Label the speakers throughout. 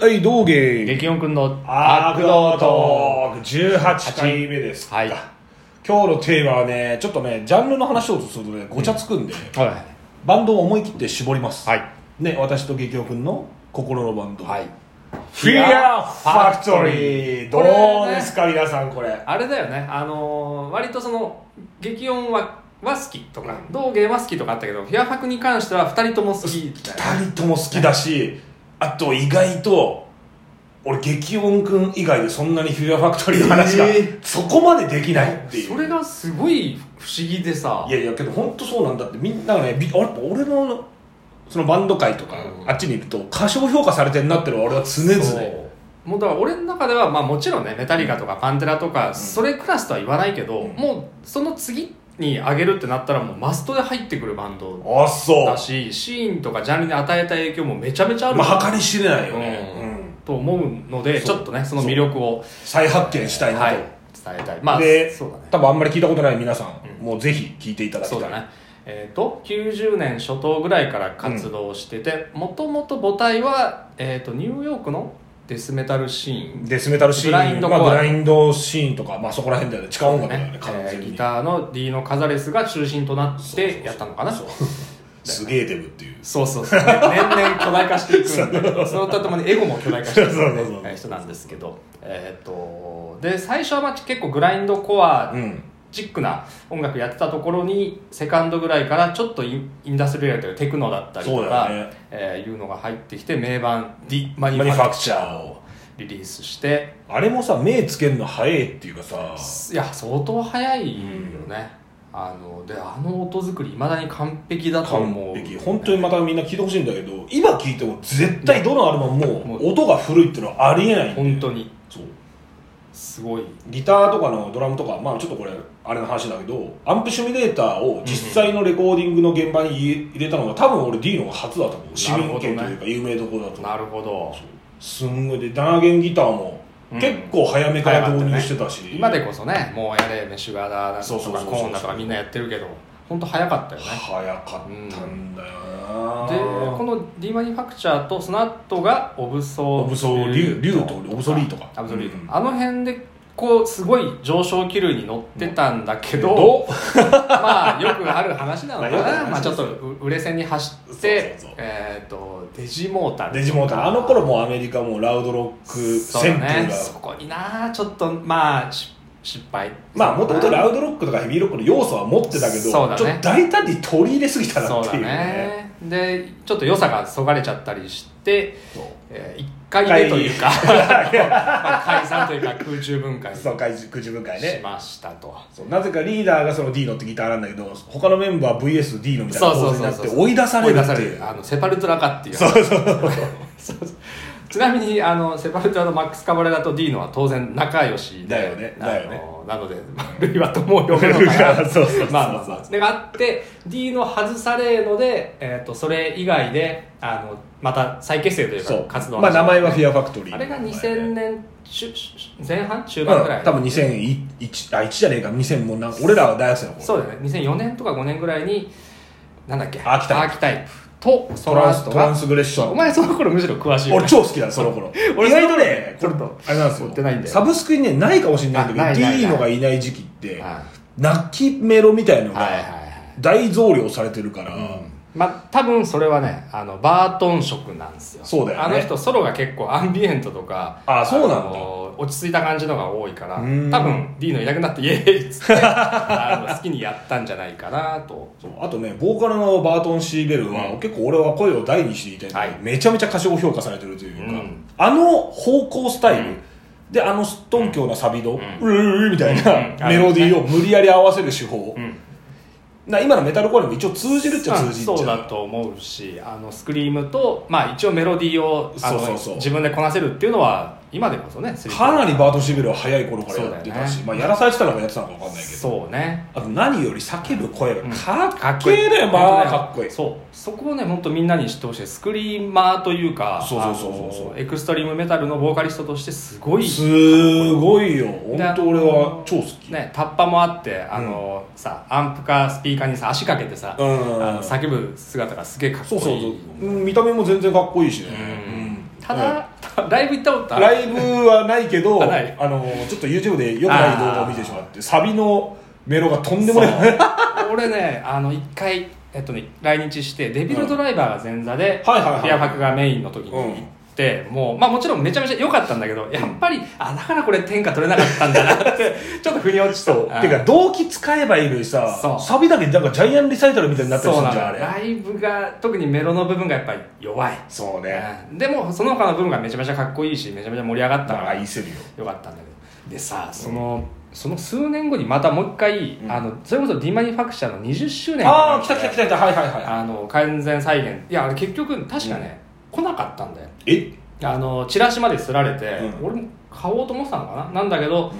Speaker 1: はい、道芸。
Speaker 2: 激音くんの
Speaker 1: アクドートーク18
Speaker 2: 8
Speaker 1: 回目ですか。
Speaker 2: はい
Speaker 1: 今日のテーマはね、ちょっとね、ジャンルの話をするとね、ごちゃつくんで、
Speaker 2: は
Speaker 1: バンドを思い切って絞ります。
Speaker 2: いはい
Speaker 1: ね、私と激おくんの心のバンド。
Speaker 2: はい
Speaker 1: フィアファクトリー。どうですか、皆さん、これ。
Speaker 2: あれだよねあのー割とその激音はは好きとか道芸は好きとかあったけどフィアファクに関しては二人とも好きだよね
Speaker 1: 二人とも好きだし、あと意外と、俺、激音くん以外でそんなにフィアファクトリーの話が
Speaker 2: えー、
Speaker 1: そこまでできないっていう。
Speaker 2: それがすごい不思議でさ
Speaker 1: いやいやけど本当そうなんだってみんながねびあやっぱ俺のそのバンド界とか、
Speaker 2: うん
Speaker 1: あっちにいると過小評価されてるなってのは俺は常々
Speaker 2: そうもうだから俺の中では、まあ、もちろんねメタリカとかパンテラとか、それクラスとは言わないけど、
Speaker 1: うん
Speaker 2: もうその次に上げるってなったらもうマストで入ってくるバンド
Speaker 1: あそう
Speaker 2: だしシーンとかジャンルに与えた影響もめちゃめちゃある、
Speaker 1: まあ計り知れないよね、
Speaker 2: うん
Speaker 1: うん
Speaker 2: と思うので
Speaker 1: そう
Speaker 2: ちょっとねその魅力を、
Speaker 1: 再発見したいな
Speaker 2: はい、
Speaker 1: と、
Speaker 2: 伝えたいまあ
Speaker 1: で
Speaker 2: そうだね
Speaker 1: 多分あんまり聞いたことない皆さん、
Speaker 2: うん
Speaker 1: もうぜひ聞いていただきた
Speaker 2: そ
Speaker 1: いう
Speaker 2: だねえー、と90年初頭ぐらいから活動しててもともと母体は、えー、とニューヨークのデスメタルシーン
Speaker 1: デスメタルシーン
Speaker 2: ブラインド
Speaker 1: まあ、
Speaker 2: コア
Speaker 1: ブラインドシーンとか、まあ、そこら辺だよね地下音楽だよね
Speaker 2: ね
Speaker 1: 完
Speaker 2: え
Speaker 1: 全
Speaker 2: ー
Speaker 1: に、
Speaker 2: ギターの D のカザレスが中心とな
Speaker 1: そ
Speaker 2: っ
Speaker 1: うそうそう
Speaker 2: てやったのかな そう
Speaker 1: すげえデブっていう
Speaker 2: そうそう ね年々巨大化していくんでそのとともにエゴも巨大化していく
Speaker 1: そうそうそう
Speaker 2: えー人なんですけどえーっとで最初はまあ結構グラインドコア
Speaker 1: うん
Speaker 2: チックな音楽やってたところにセカンドぐらいからちょっとインインダストリアルというかテクノだったり
Speaker 1: そ
Speaker 2: と
Speaker 1: うだ
Speaker 2: か、
Speaker 1: よね
Speaker 2: えーいうのが入ってきて名盤 D マニ
Speaker 1: マ
Speaker 2: フ
Speaker 1: ニフ
Speaker 2: ァ
Speaker 1: ァ
Speaker 2: ク
Speaker 1: ク
Speaker 2: チ
Speaker 1: チ
Speaker 2: ャ
Speaker 1: ャ
Speaker 2: ー
Speaker 1: ー
Speaker 2: を
Speaker 1: を
Speaker 2: リリースして
Speaker 1: あれもさ目つけるの早いっていうかさ
Speaker 2: いや相当早いよね、あのであの音作りいまだに完璧だと思
Speaker 1: 完
Speaker 2: う
Speaker 1: 璧本当にまたみんな聞いてほしいんだけど今聞いても絶対どのアルバム
Speaker 2: も
Speaker 1: も音が古いってのはありえないんで
Speaker 2: 本当に
Speaker 1: そう
Speaker 2: すごい
Speaker 1: ギターとかのドラムとかまあちょっとこれあれの話だけどアンプシミュレーターを実際のレコーディングの現場に入れたのが多分俺 D の方が初だと思う市民権と
Speaker 2: な
Speaker 1: い
Speaker 2: る
Speaker 1: う
Speaker 2: ほ
Speaker 1: か有名どころだと
Speaker 2: なるほど
Speaker 1: すんごいでダーゲンギターも
Speaker 2: うん
Speaker 1: 結構早めから導入してたし、
Speaker 2: 今でこそねもうやれメシュガーだなん
Speaker 1: そう
Speaker 2: と
Speaker 1: そう
Speaker 2: か
Speaker 1: そうそう
Speaker 2: コーンだとかみんなやってるけど本当早かったよね
Speaker 1: 早かったんだよな、
Speaker 2: でこのディマニファクチャーとその後がオブソ
Speaker 1: オブソリューリューとオブソリーとか
Speaker 2: オブソリート
Speaker 1: うん
Speaker 2: あの辺でこうすごい上昇気流に乗ってたんだけど、まあよくある話なの
Speaker 1: ま
Speaker 2: か
Speaker 1: あよくある
Speaker 2: な、
Speaker 1: 話
Speaker 2: まあ、ちょっとう売れ線に走って
Speaker 1: そうそうそう
Speaker 2: えー、とデジモータル
Speaker 1: デジモンとかあの頃もうアメリカもラウドロック
Speaker 2: そうだ
Speaker 1: 旋風
Speaker 2: ね
Speaker 1: が、
Speaker 2: そこになちょっとまあし失敗
Speaker 1: まあもともとラ
Speaker 2: ウ
Speaker 1: ウドロックとかヘビーロックの要素は持ってたけど、
Speaker 2: そうだね
Speaker 1: ちょっと大胆に取り入れすぎたな
Speaker 2: そ
Speaker 1: って
Speaker 2: うだ
Speaker 1: いうね
Speaker 2: ねでちょっと良さがそがれちゃったりして、
Speaker 1: そう
Speaker 2: えー、1回目というかまあ解散というか空中分解し
Speaker 1: そう怪獣空中分解ね
Speaker 2: ましたと。
Speaker 1: そうなぜかリーダーがその D のってギターなんだけど他のメンバー VSD のみたい
Speaker 2: そ
Speaker 1: な
Speaker 2: うそ
Speaker 1: 構
Speaker 2: う
Speaker 1: 図に
Speaker 2: そ
Speaker 1: な
Speaker 2: う
Speaker 1: って
Speaker 2: そう
Speaker 1: 追い出されるって
Speaker 2: 追い
Speaker 1: い
Speaker 2: 出
Speaker 1: う
Speaker 2: さあのセパルトラかっていうそうそうそうちなみにあのセパルトラのマックス・カバレラとディーノは当然仲良しで
Speaker 1: だよね
Speaker 2: あの
Speaker 1: だよね
Speaker 2: なのでルイは友を呼ぶのかな
Speaker 1: そうそうそう
Speaker 2: まあまあまあでがあってディーノ外されるので、えー、とそれ以外であのまた再結成という
Speaker 1: そう
Speaker 2: か活動を
Speaker 1: まあ名前はフィアファクトリー
Speaker 2: あれが
Speaker 1: う
Speaker 2: 2000
Speaker 1: ん
Speaker 2: 年中前半中盤ぐらい、
Speaker 1: 多分2001あ1じゃねえか2000もうなん俺らは大学生の頃
Speaker 2: そうだよね2004年とか5年ぐらいになんだっけ
Speaker 1: アーキタイプ
Speaker 2: アーキタイプとそ
Speaker 1: ト
Speaker 2: の
Speaker 1: ランス
Speaker 2: 後
Speaker 1: トラ
Speaker 2: が
Speaker 1: ンスグレッション
Speaker 2: お前その頃むしろ詳しいよね
Speaker 1: 俺超好きだその頃
Speaker 2: 俺
Speaker 1: 意外とね
Speaker 2: そ
Speaker 1: こ
Speaker 2: の
Speaker 1: れ
Speaker 2: 頃ちょっと
Speaker 1: あれなんですよ
Speaker 2: 売ってないんだよ
Speaker 1: サブスクにねないかもしれないん
Speaker 2: あ
Speaker 1: だ
Speaker 2: ない
Speaker 1: け
Speaker 2: な
Speaker 1: ど
Speaker 2: いない
Speaker 1: D のがいない時期って
Speaker 2: は
Speaker 1: 泣きメロみたいの
Speaker 2: いはいは
Speaker 1: が
Speaker 2: いはい
Speaker 1: 大増量されてるから、
Speaker 2: まあ多分それはねあのバートン色なんですよ
Speaker 1: そうだよね
Speaker 2: あの人ソロが結構アンビエントとか
Speaker 1: あそうなんだ
Speaker 2: の落ち着いた感じのが多いから多
Speaker 1: ん
Speaker 2: 分 D のいなくなってイエー イっつってあの好きにやったんじゃないかなと
Speaker 1: そうあとねボーカルのバートン・シーベルは、
Speaker 2: うん
Speaker 1: 結構俺は声を大にしていたいんだけど
Speaker 2: はい
Speaker 1: めちゃめちゃ過小評価されてるというか、
Speaker 2: うん
Speaker 1: あの方向スタイル、
Speaker 2: うん
Speaker 1: であのすっとんきょうなサビの、う
Speaker 2: うん
Speaker 1: るるるみたい
Speaker 2: うん
Speaker 1: なメロディーを無理やり合わせる手法、
Speaker 2: うん
Speaker 1: な今のメタルコアにも一応通じるっちゃ通じっちゃ
Speaker 2: そうだと思うしあのスクリームと、まあ、一応メロディーをあの
Speaker 1: そうそうそう
Speaker 2: 自分でこなせるっていうのは今でこそね
Speaker 1: かなりバー
Speaker 2: ト
Speaker 1: トン・シーベルは早い頃からやってたし、
Speaker 2: そうだよね
Speaker 1: まあ、やらされてたのかやってたのか分かんないけど
Speaker 2: そうね
Speaker 1: あと何より叫ぶ声が
Speaker 2: か
Speaker 1: か
Speaker 2: っ
Speaker 1: っ
Speaker 2: こ
Speaker 1: け
Speaker 2: い
Speaker 1: え
Speaker 2: い
Speaker 1: だよ、まあかっこいい
Speaker 2: そうそこをね本当みんなに知ってほしいスクリーマーというか
Speaker 1: そうそうそうそうそう
Speaker 2: あのエクストリームメタルのボーカリストとしてすごい
Speaker 1: すごいよ本当俺は超好き、
Speaker 2: ね、タッパもあってあの、さアンプかスピーカーにさ足かけてさ、
Speaker 1: うん
Speaker 2: あの叫ぶ姿がすげえかっこ
Speaker 1: そ
Speaker 2: いうい
Speaker 1: そうそううん見た目も全然かっこいいしね、
Speaker 2: う
Speaker 1: うんん
Speaker 2: ただ、ライブ行ったことある
Speaker 1: ライブはないけど
Speaker 2: あ
Speaker 1: あ
Speaker 2: ない
Speaker 1: のちょっと YouTube でよくない動画を見てしまってサビのメロがとんでもない
Speaker 2: 俺ねあの一回えっとね来日してデビルドライバーが前座で
Speaker 1: はいはいはい
Speaker 2: ピアファクがメインの時に
Speaker 1: う
Speaker 2: 行
Speaker 1: ん
Speaker 2: って、もうまあもちろんめちゃめちゃ良かったんだけどやっぱり、あだからこれ天下取れなかったんだなって ちょっと腑に落ちそう
Speaker 1: ていうか同期使えばいいのに
Speaker 2: そ
Speaker 1: さ
Speaker 2: う
Speaker 1: サビだけなんかジャイアンリサイタルみたいになったり
Speaker 2: そ
Speaker 1: す
Speaker 2: う
Speaker 1: る
Speaker 2: なん
Speaker 1: じゃん
Speaker 2: だ
Speaker 1: あれ
Speaker 2: ライブが特にメロの部分がやっぱり弱い、
Speaker 1: そうね
Speaker 2: うんでもその他の部分がめちゃめちゃかっこいいしめちゃめちゃ盛り上がったから、
Speaker 1: まあ愛せるよ
Speaker 2: よかったんだけどでさその,、その数年後にまたもう一回、
Speaker 1: うん
Speaker 2: あのそれこそディマニファクチャーの20周年
Speaker 1: ああ来た来た来た来たはいはいは
Speaker 2: あの完全再現いやあれ結局確かね、来なかったんだよ
Speaker 1: いえ
Speaker 2: あのチラシまですられて、
Speaker 1: うん
Speaker 2: 俺も買おうと思ってたのかななんだけど
Speaker 1: あ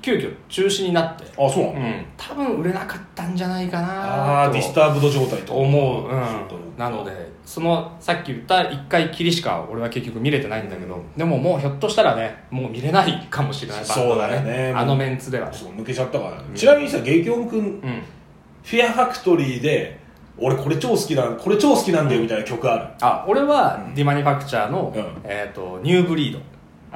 Speaker 2: 急遽中止になって、
Speaker 1: そうな
Speaker 2: う
Speaker 1: の
Speaker 2: ん、多分売れなかったんじゃないか
Speaker 1: あ
Speaker 2: な
Speaker 1: あ
Speaker 2: と
Speaker 1: ディスターブド状態と
Speaker 2: 思う、う
Speaker 1: そう思
Speaker 2: ん、
Speaker 1: う
Speaker 2: なのでそのさっき言った1回きりしか俺は結局見れてないんだけど、でももうひょっとしたらねもう見れないかもしれないバンドが
Speaker 1: そうだよね
Speaker 2: あのメンツではね
Speaker 1: そう抜けちゃったからちなみにさゲイキョン君
Speaker 2: うん
Speaker 1: フィアファクトリーで俺これ超好きなんこれ超好きなんだよみたいな曲ある
Speaker 2: あ俺は
Speaker 1: うん
Speaker 2: ディマニファクチャーの、
Speaker 1: うん
Speaker 2: えー、とニューブリー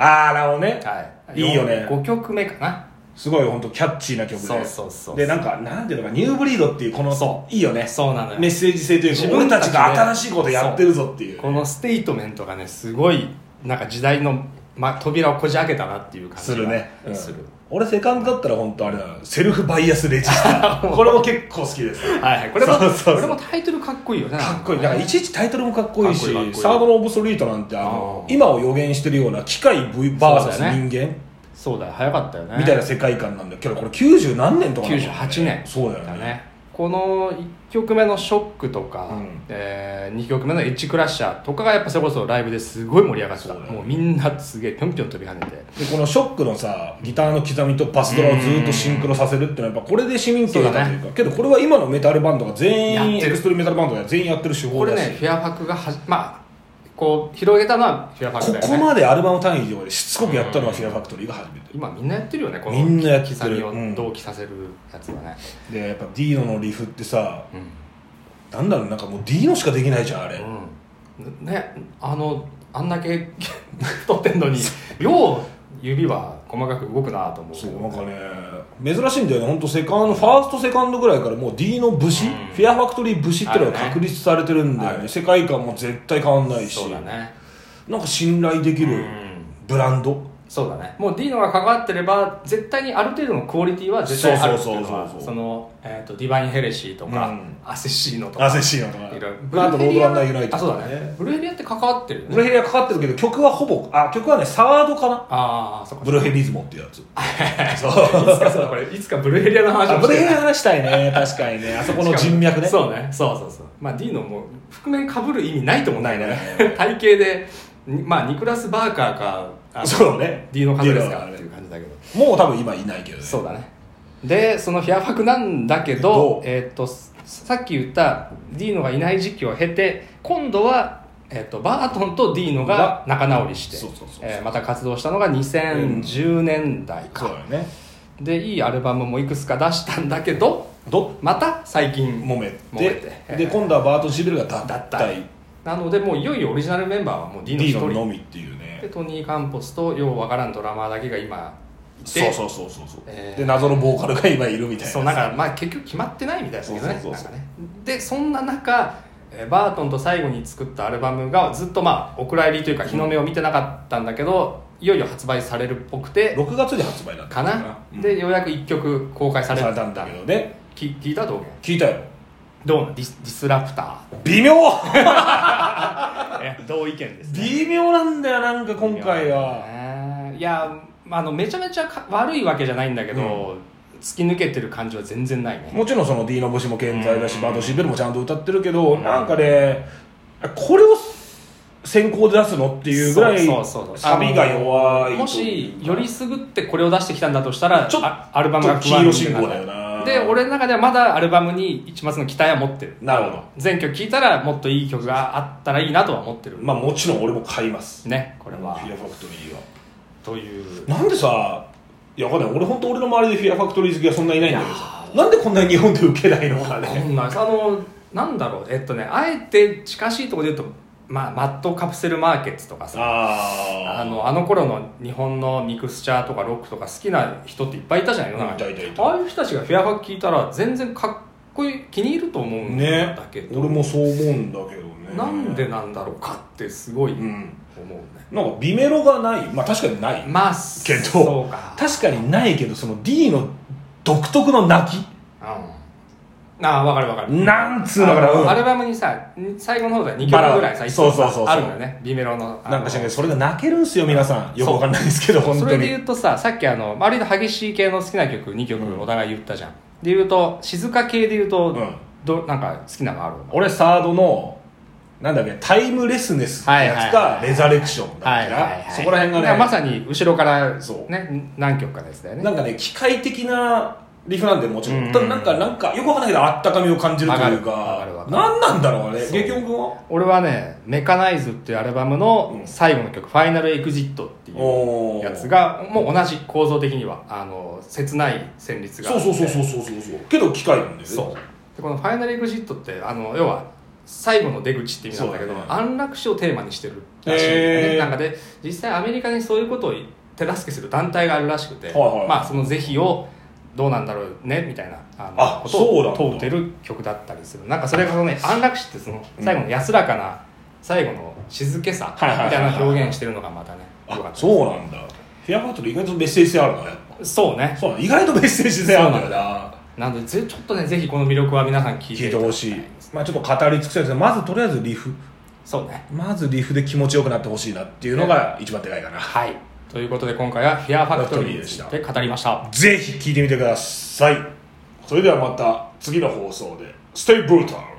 Speaker 1: ああなるほどね
Speaker 2: ド、はい、
Speaker 1: いいよね
Speaker 2: 5曲目かな
Speaker 1: すごい本当キャッチーな曲で
Speaker 2: そうそうそう
Speaker 1: でなんかなんていうのかニューブリードっていうこの
Speaker 2: そ
Speaker 1: いいよね
Speaker 2: そうなのよ
Speaker 1: メッセージ性というか
Speaker 2: 自分
Speaker 1: 俺
Speaker 2: た
Speaker 1: た
Speaker 2: ち
Speaker 1: ち
Speaker 2: で
Speaker 1: が新しいことやってるぞっていう
Speaker 2: このステイトメントがねすごいなんか時代の、ま、扉をこじ開けたなっていう感じ
Speaker 1: するね、
Speaker 2: が
Speaker 1: うん
Speaker 2: する、
Speaker 1: 俺セカンドだったら本当あれだなセルフバイアスレジスタ これも結構好きです
Speaker 2: はいはいこれも
Speaker 1: そうそうそう
Speaker 2: これもタイトルかっこいいよね
Speaker 1: かっこいいだからいちいちタイトルもかっこいいし
Speaker 2: かっこいいかっこいい
Speaker 1: サードのオブソリートなんてあの
Speaker 2: あー
Speaker 1: 今を予言してるような機械 VS 人
Speaker 2: そうだよね
Speaker 1: 間
Speaker 2: そうだよ早かったよね
Speaker 1: みたいな世界観なんだけどこれ90何年とかなんだよね
Speaker 2: 98年
Speaker 1: そうだよ
Speaker 2: だ
Speaker 1: ね
Speaker 2: ねこの1曲目の「ショック」とか、
Speaker 1: うん
Speaker 2: え2曲目の「エッジクラッシャー」とかがやっぱそれこそライブですごい盛り上がってた、
Speaker 1: そうだね
Speaker 2: もうみんなすげえぴょんぴょん飛び跳ねて
Speaker 1: でこのショックのさギターの刻みとバスドラをずっとシンクロさせるってのはやっぱこれで市民権が出たというかけどこれは今のメタルバンドが
Speaker 2: や
Speaker 1: 全
Speaker 2: っ
Speaker 1: 員
Speaker 2: て
Speaker 1: エ
Speaker 2: る
Speaker 1: クストリームメタルバンドが全員やってる手法
Speaker 2: これ
Speaker 1: だ
Speaker 2: ね
Speaker 1: し
Speaker 2: フェアファクがはじまあこう広げたのはフェアファク
Speaker 1: こ
Speaker 2: だよね
Speaker 1: こまでアルバム単位でしつこくやったのがフィアファクトリーが初めて
Speaker 2: 今みんなやってるよねこの
Speaker 1: みんなやってる
Speaker 2: 刻みを
Speaker 1: うん
Speaker 2: 同期させるやつはね、
Speaker 1: でやっぱディーノのリフってさ
Speaker 2: うん
Speaker 1: なんだろうなんかもうディーノしかできないじゃんあれ
Speaker 2: うんねあのあんだけ 太ってんのによう指は細かく動くなと思うけ
Speaker 1: そ
Speaker 2: ど
Speaker 1: うなんかね珍しいんだよね本当セカンドファーストセカンドぐらいからもう D の節、
Speaker 2: うん
Speaker 1: フィアファクトリー節っていうのが確立されてるんだよ
Speaker 2: ある
Speaker 1: ね
Speaker 2: ね
Speaker 1: 世界観も絶対変わんないし、
Speaker 2: そうだね
Speaker 1: なんか信頼でき
Speaker 2: う
Speaker 1: る
Speaker 2: ん
Speaker 1: ブランド、
Speaker 2: そうだねもうディーノが関わってれば絶対にある程度のクオリティは絶対あるってい
Speaker 1: そ
Speaker 2: うの
Speaker 1: うそうそう
Speaker 2: は
Speaker 1: そう
Speaker 2: その、えー、とディバインヘレシーとか、
Speaker 1: うん
Speaker 2: アセシーノとか
Speaker 1: アセシーノとか
Speaker 2: いろいろ
Speaker 1: まああとロードランナーユナイテ
Speaker 2: あ
Speaker 1: ッ
Speaker 2: そ
Speaker 1: ド
Speaker 2: うだねブルーヘリアって関わってるよ
Speaker 1: ブル
Speaker 2: ね
Speaker 1: ヘリはかかってるけど曲はほぼあ曲はねサードかな
Speaker 2: ああそっか
Speaker 1: ブルヘリズモっていうやつそう
Speaker 2: いつか そうだこれいつかブルーヘリアの話
Speaker 1: あ
Speaker 2: も
Speaker 1: ブルヘ
Speaker 2: し
Speaker 1: リ
Speaker 2: て
Speaker 1: 話したいね確かにねあそこの
Speaker 2: しかも
Speaker 1: 人脈ね
Speaker 2: そうねそうそうそうまあディーノも覆面かぶる意味ないと思うんだよ
Speaker 1: ないね
Speaker 2: 体型でにまあニクラス・バーカーかあの
Speaker 1: そうね
Speaker 2: ディーノ・カブレスか
Speaker 1: ディーノカブレス
Speaker 2: っていう感じだけど
Speaker 1: もう多分今いないけどね
Speaker 2: そうだねでそのフィアファクなんだけ
Speaker 1: ど
Speaker 2: ど
Speaker 1: う、
Speaker 2: えー、とささっき言ったディーノがいない時期を経て今度は、えー、とバートンとディーノが仲直りして
Speaker 1: そうそうそうそう
Speaker 2: えーまた活動したのが2010年代
Speaker 1: そうだ
Speaker 2: か、
Speaker 1: よね
Speaker 2: でいいアルバムもいくつか出したんだけど
Speaker 1: ど
Speaker 2: また最近
Speaker 1: 揉めて
Speaker 2: 揉めて
Speaker 1: で今度はバートン・シビルが脱
Speaker 2: 脱退
Speaker 1: 退
Speaker 2: なのでもういよいよオリジナルメンバーはもうディ
Speaker 1: ディー
Speaker 2: ーノ
Speaker 1: ノ
Speaker 2: 一
Speaker 1: の
Speaker 2: 人
Speaker 1: みっていうね
Speaker 2: でトニー・カンポスとようわからんドラマーだけが今いて
Speaker 1: そうそうそうそうそう、
Speaker 2: えー
Speaker 1: で謎のボーカルが今いるみたいな
Speaker 2: そうなんかまあ結局決まってないみたいですけどね
Speaker 1: そうそうそうそう
Speaker 2: なんかねでそんな中えーバートンと最後に作ったアルバムがずっとまあお蔵入りというか日の目を見てなかったんだけどいよいよ発売されるっぽくて
Speaker 1: 6月で発売だった
Speaker 2: か
Speaker 1: の
Speaker 2: な、
Speaker 1: うん
Speaker 2: でようやく1曲公開され
Speaker 1: さ
Speaker 2: た
Speaker 1: れたんだけどね
Speaker 2: き聞いたどう
Speaker 1: 聞いたよ
Speaker 2: どうなディスディスラプタ
Speaker 1: 微妙
Speaker 2: ー同意見です
Speaker 1: 微妙なんだよなんか今回は
Speaker 2: はいやまああのめちゃめちゃか悪いわけじゃないんだけど、
Speaker 1: うん
Speaker 2: 突き抜けてる感じは全然ないね
Speaker 1: もちろんその D の星も健在だし、
Speaker 2: うん
Speaker 1: バートシーベルもちゃんと歌ってるけど、
Speaker 2: うん
Speaker 1: なんかねこれを先行で出すのっていうぐらい
Speaker 2: そうそうそう
Speaker 1: サビが弱いというか
Speaker 2: もしよりすぐってこれを出してきたんだとしたら
Speaker 1: ちょっと
Speaker 2: あアルバム
Speaker 1: ちょっ
Speaker 2: が
Speaker 1: と
Speaker 2: 不
Speaker 1: 黄
Speaker 2: 安
Speaker 1: 色
Speaker 2: 定
Speaker 1: 信
Speaker 2: な
Speaker 1: 号だよな
Speaker 2: で俺の中ではまだアルバムに一抹の期待は持ってる
Speaker 1: なるほど
Speaker 2: 全曲聴いたらもっといい曲があったらいいなとは思ってる、
Speaker 1: まあもちろん俺も買います
Speaker 2: ねこ
Speaker 1: こ
Speaker 2: れは
Speaker 1: フィアファクトリーは
Speaker 2: という
Speaker 1: なんでさいやわかんない俺本当俺の周りでフィアファクトリー好きがそんないないんだけどさなんでこんなに日本で受けないのか
Speaker 2: こ
Speaker 1: ね
Speaker 2: んなあのなんだろうえっとねあえて近しいところで言うとまあ、マットカプセルマーケットとかさ
Speaker 1: あ
Speaker 2: あのあの頃の日本のミクスチャーとかロックとか好きな人っていっぱいいたじゃないの
Speaker 1: いたいたいた
Speaker 2: ああいう人たちがフェアファ聞いたら全然かっこいい気に入ると思うん
Speaker 1: ね
Speaker 2: だけど、
Speaker 1: 俺もそう思うんだけどね
Speaker 2: なんでなんだろうかってすごい思
Speaker 1: う
Speaker 2: うんね、
Speaker 1: なんかビメロがないまあ確かにない
Speaker 2: まあ
Speaker 1: けど
Speaker 2: そうか
Speaker 1: 確かにないけどその D の独特の泣き
Speaker 2: うんああ分かる分かる
Speaker 1: なんつうのかな
Speaker 2: あのア
Speaker 1: う
Speaker 2: ル
Speaker 1: ん
Speaker 2: バムにさ最後の方で2曲
Speaker 1: バラ
Speaker 2: ぐらいさ一
Speaker 1: そう
Speaker 2: 曲
Speaker 1: そうそうそう
Speaker 2: あるのよねビメロのあの
Speaker 1: なんかしらんけどそれが泣けるんすよ皆さんよくわかんないですけど本
Speaker 2: そ
Speaker 1: 当
Speaker 2: れで言
Speaker 1: に
Speaker 2: うとささっきあの割と激しい系の好きな曲2曲お互い言ったじゃん、で言うと静か系で言うと、
Speaker 1: うん
Speaker 2: どなんか好きなのある
Speaker 1: 俺サードのなんだっけタイムレスネスってやつ
Speaker 2: はいはい
Speaker 1: か
Speaker 2: はい
Speaker 1: レザレクションだっけなそこら辺が
Speaker 2: だ
Speaker 1: ね
Speaker 2: らまさに後ろから
Speaker 1: そう
Speaker 2: ね何曲かですだよね
Speaker 1: なんかね機械的なリフなんでもちろ
Speaker 2: うんう
Speaker 1: ん
Speaker 2: んうん
Speaker 1: ただなんかなんかよくわかんないけどあったかみを感じるという
Speaker 2: わか
Speaker 1: か
Speaker 2: るわかるわか
Speaker 1: 何なんだろうね
Speaker 2: そう
Speaker 1: 激音君は
Speaker 2: 俺はね「メカナイズ」っていうアルバムの
Speaker 1: うん
Speaker 2: 最後の曲「ファイナルエグジット」っていう
Speaker 1: おー
Speaker 2: やつがもう同じ構造的にはあの切ない旋律があ
Speaker 1: そ
Speaker 2: っ
Speaker 1: うそ
Speaker 2: て
Speaker 1: うそうそうそうそうそうけど機械なんだよね
Speaker 2: そうでこの「ファイナルエグジット」ってあの要は最後の出口って意味なんだけど
Speaker 1: そうだね
Speaker 2: 安楽死をテーマにしてるらしいんだよね、
Speaker 1: へー
Speaker 2: なんかで実際アメリカにそういうことを手助けする団体があるらしくて、
Speaker 1: はいはい
Speaker 2: まあその是非をどうなんだろうねみたいなあの
Speaker 1: あそうなんだ
Speaker 2: ことを問うてる曲だったりするなんかそれがそのね安楽死ってその最後の安らかな、最後の静けさみ
Speaker 1: はいはい
Speaker 2: た
Speaker 1: はい
Speaker 2: いな表現してるのがまたねよ
Speaker 1: あ
Speaker 2: かった
Speaker 1: そうなんだヘアパートと意外とメッセージ性あるなやっ
Speaker 2: そう
Speaker 1: ぱ
Speaker 2: ね
Speaker 1: そうなんだ意外とメッセージ性あるんだよな
Speaker 2: なのでぜちょっとねぜひこの魅力は皆さん聞いて
Speaker 1: 聞いてほしいまあちょっと語り尽くせないですけどまずとりあえずリフ
Speaker 2: そうね
Speaker 1: まずリフで気持ちよくなってほしいなっていうのが一番でかいかな
Speaker 2: はい。ということで今回はフェアファクトリーについて語りました。
Speaker 1: ぜひ聞いてみてくださいそれではまた次の放送で Stay brutal!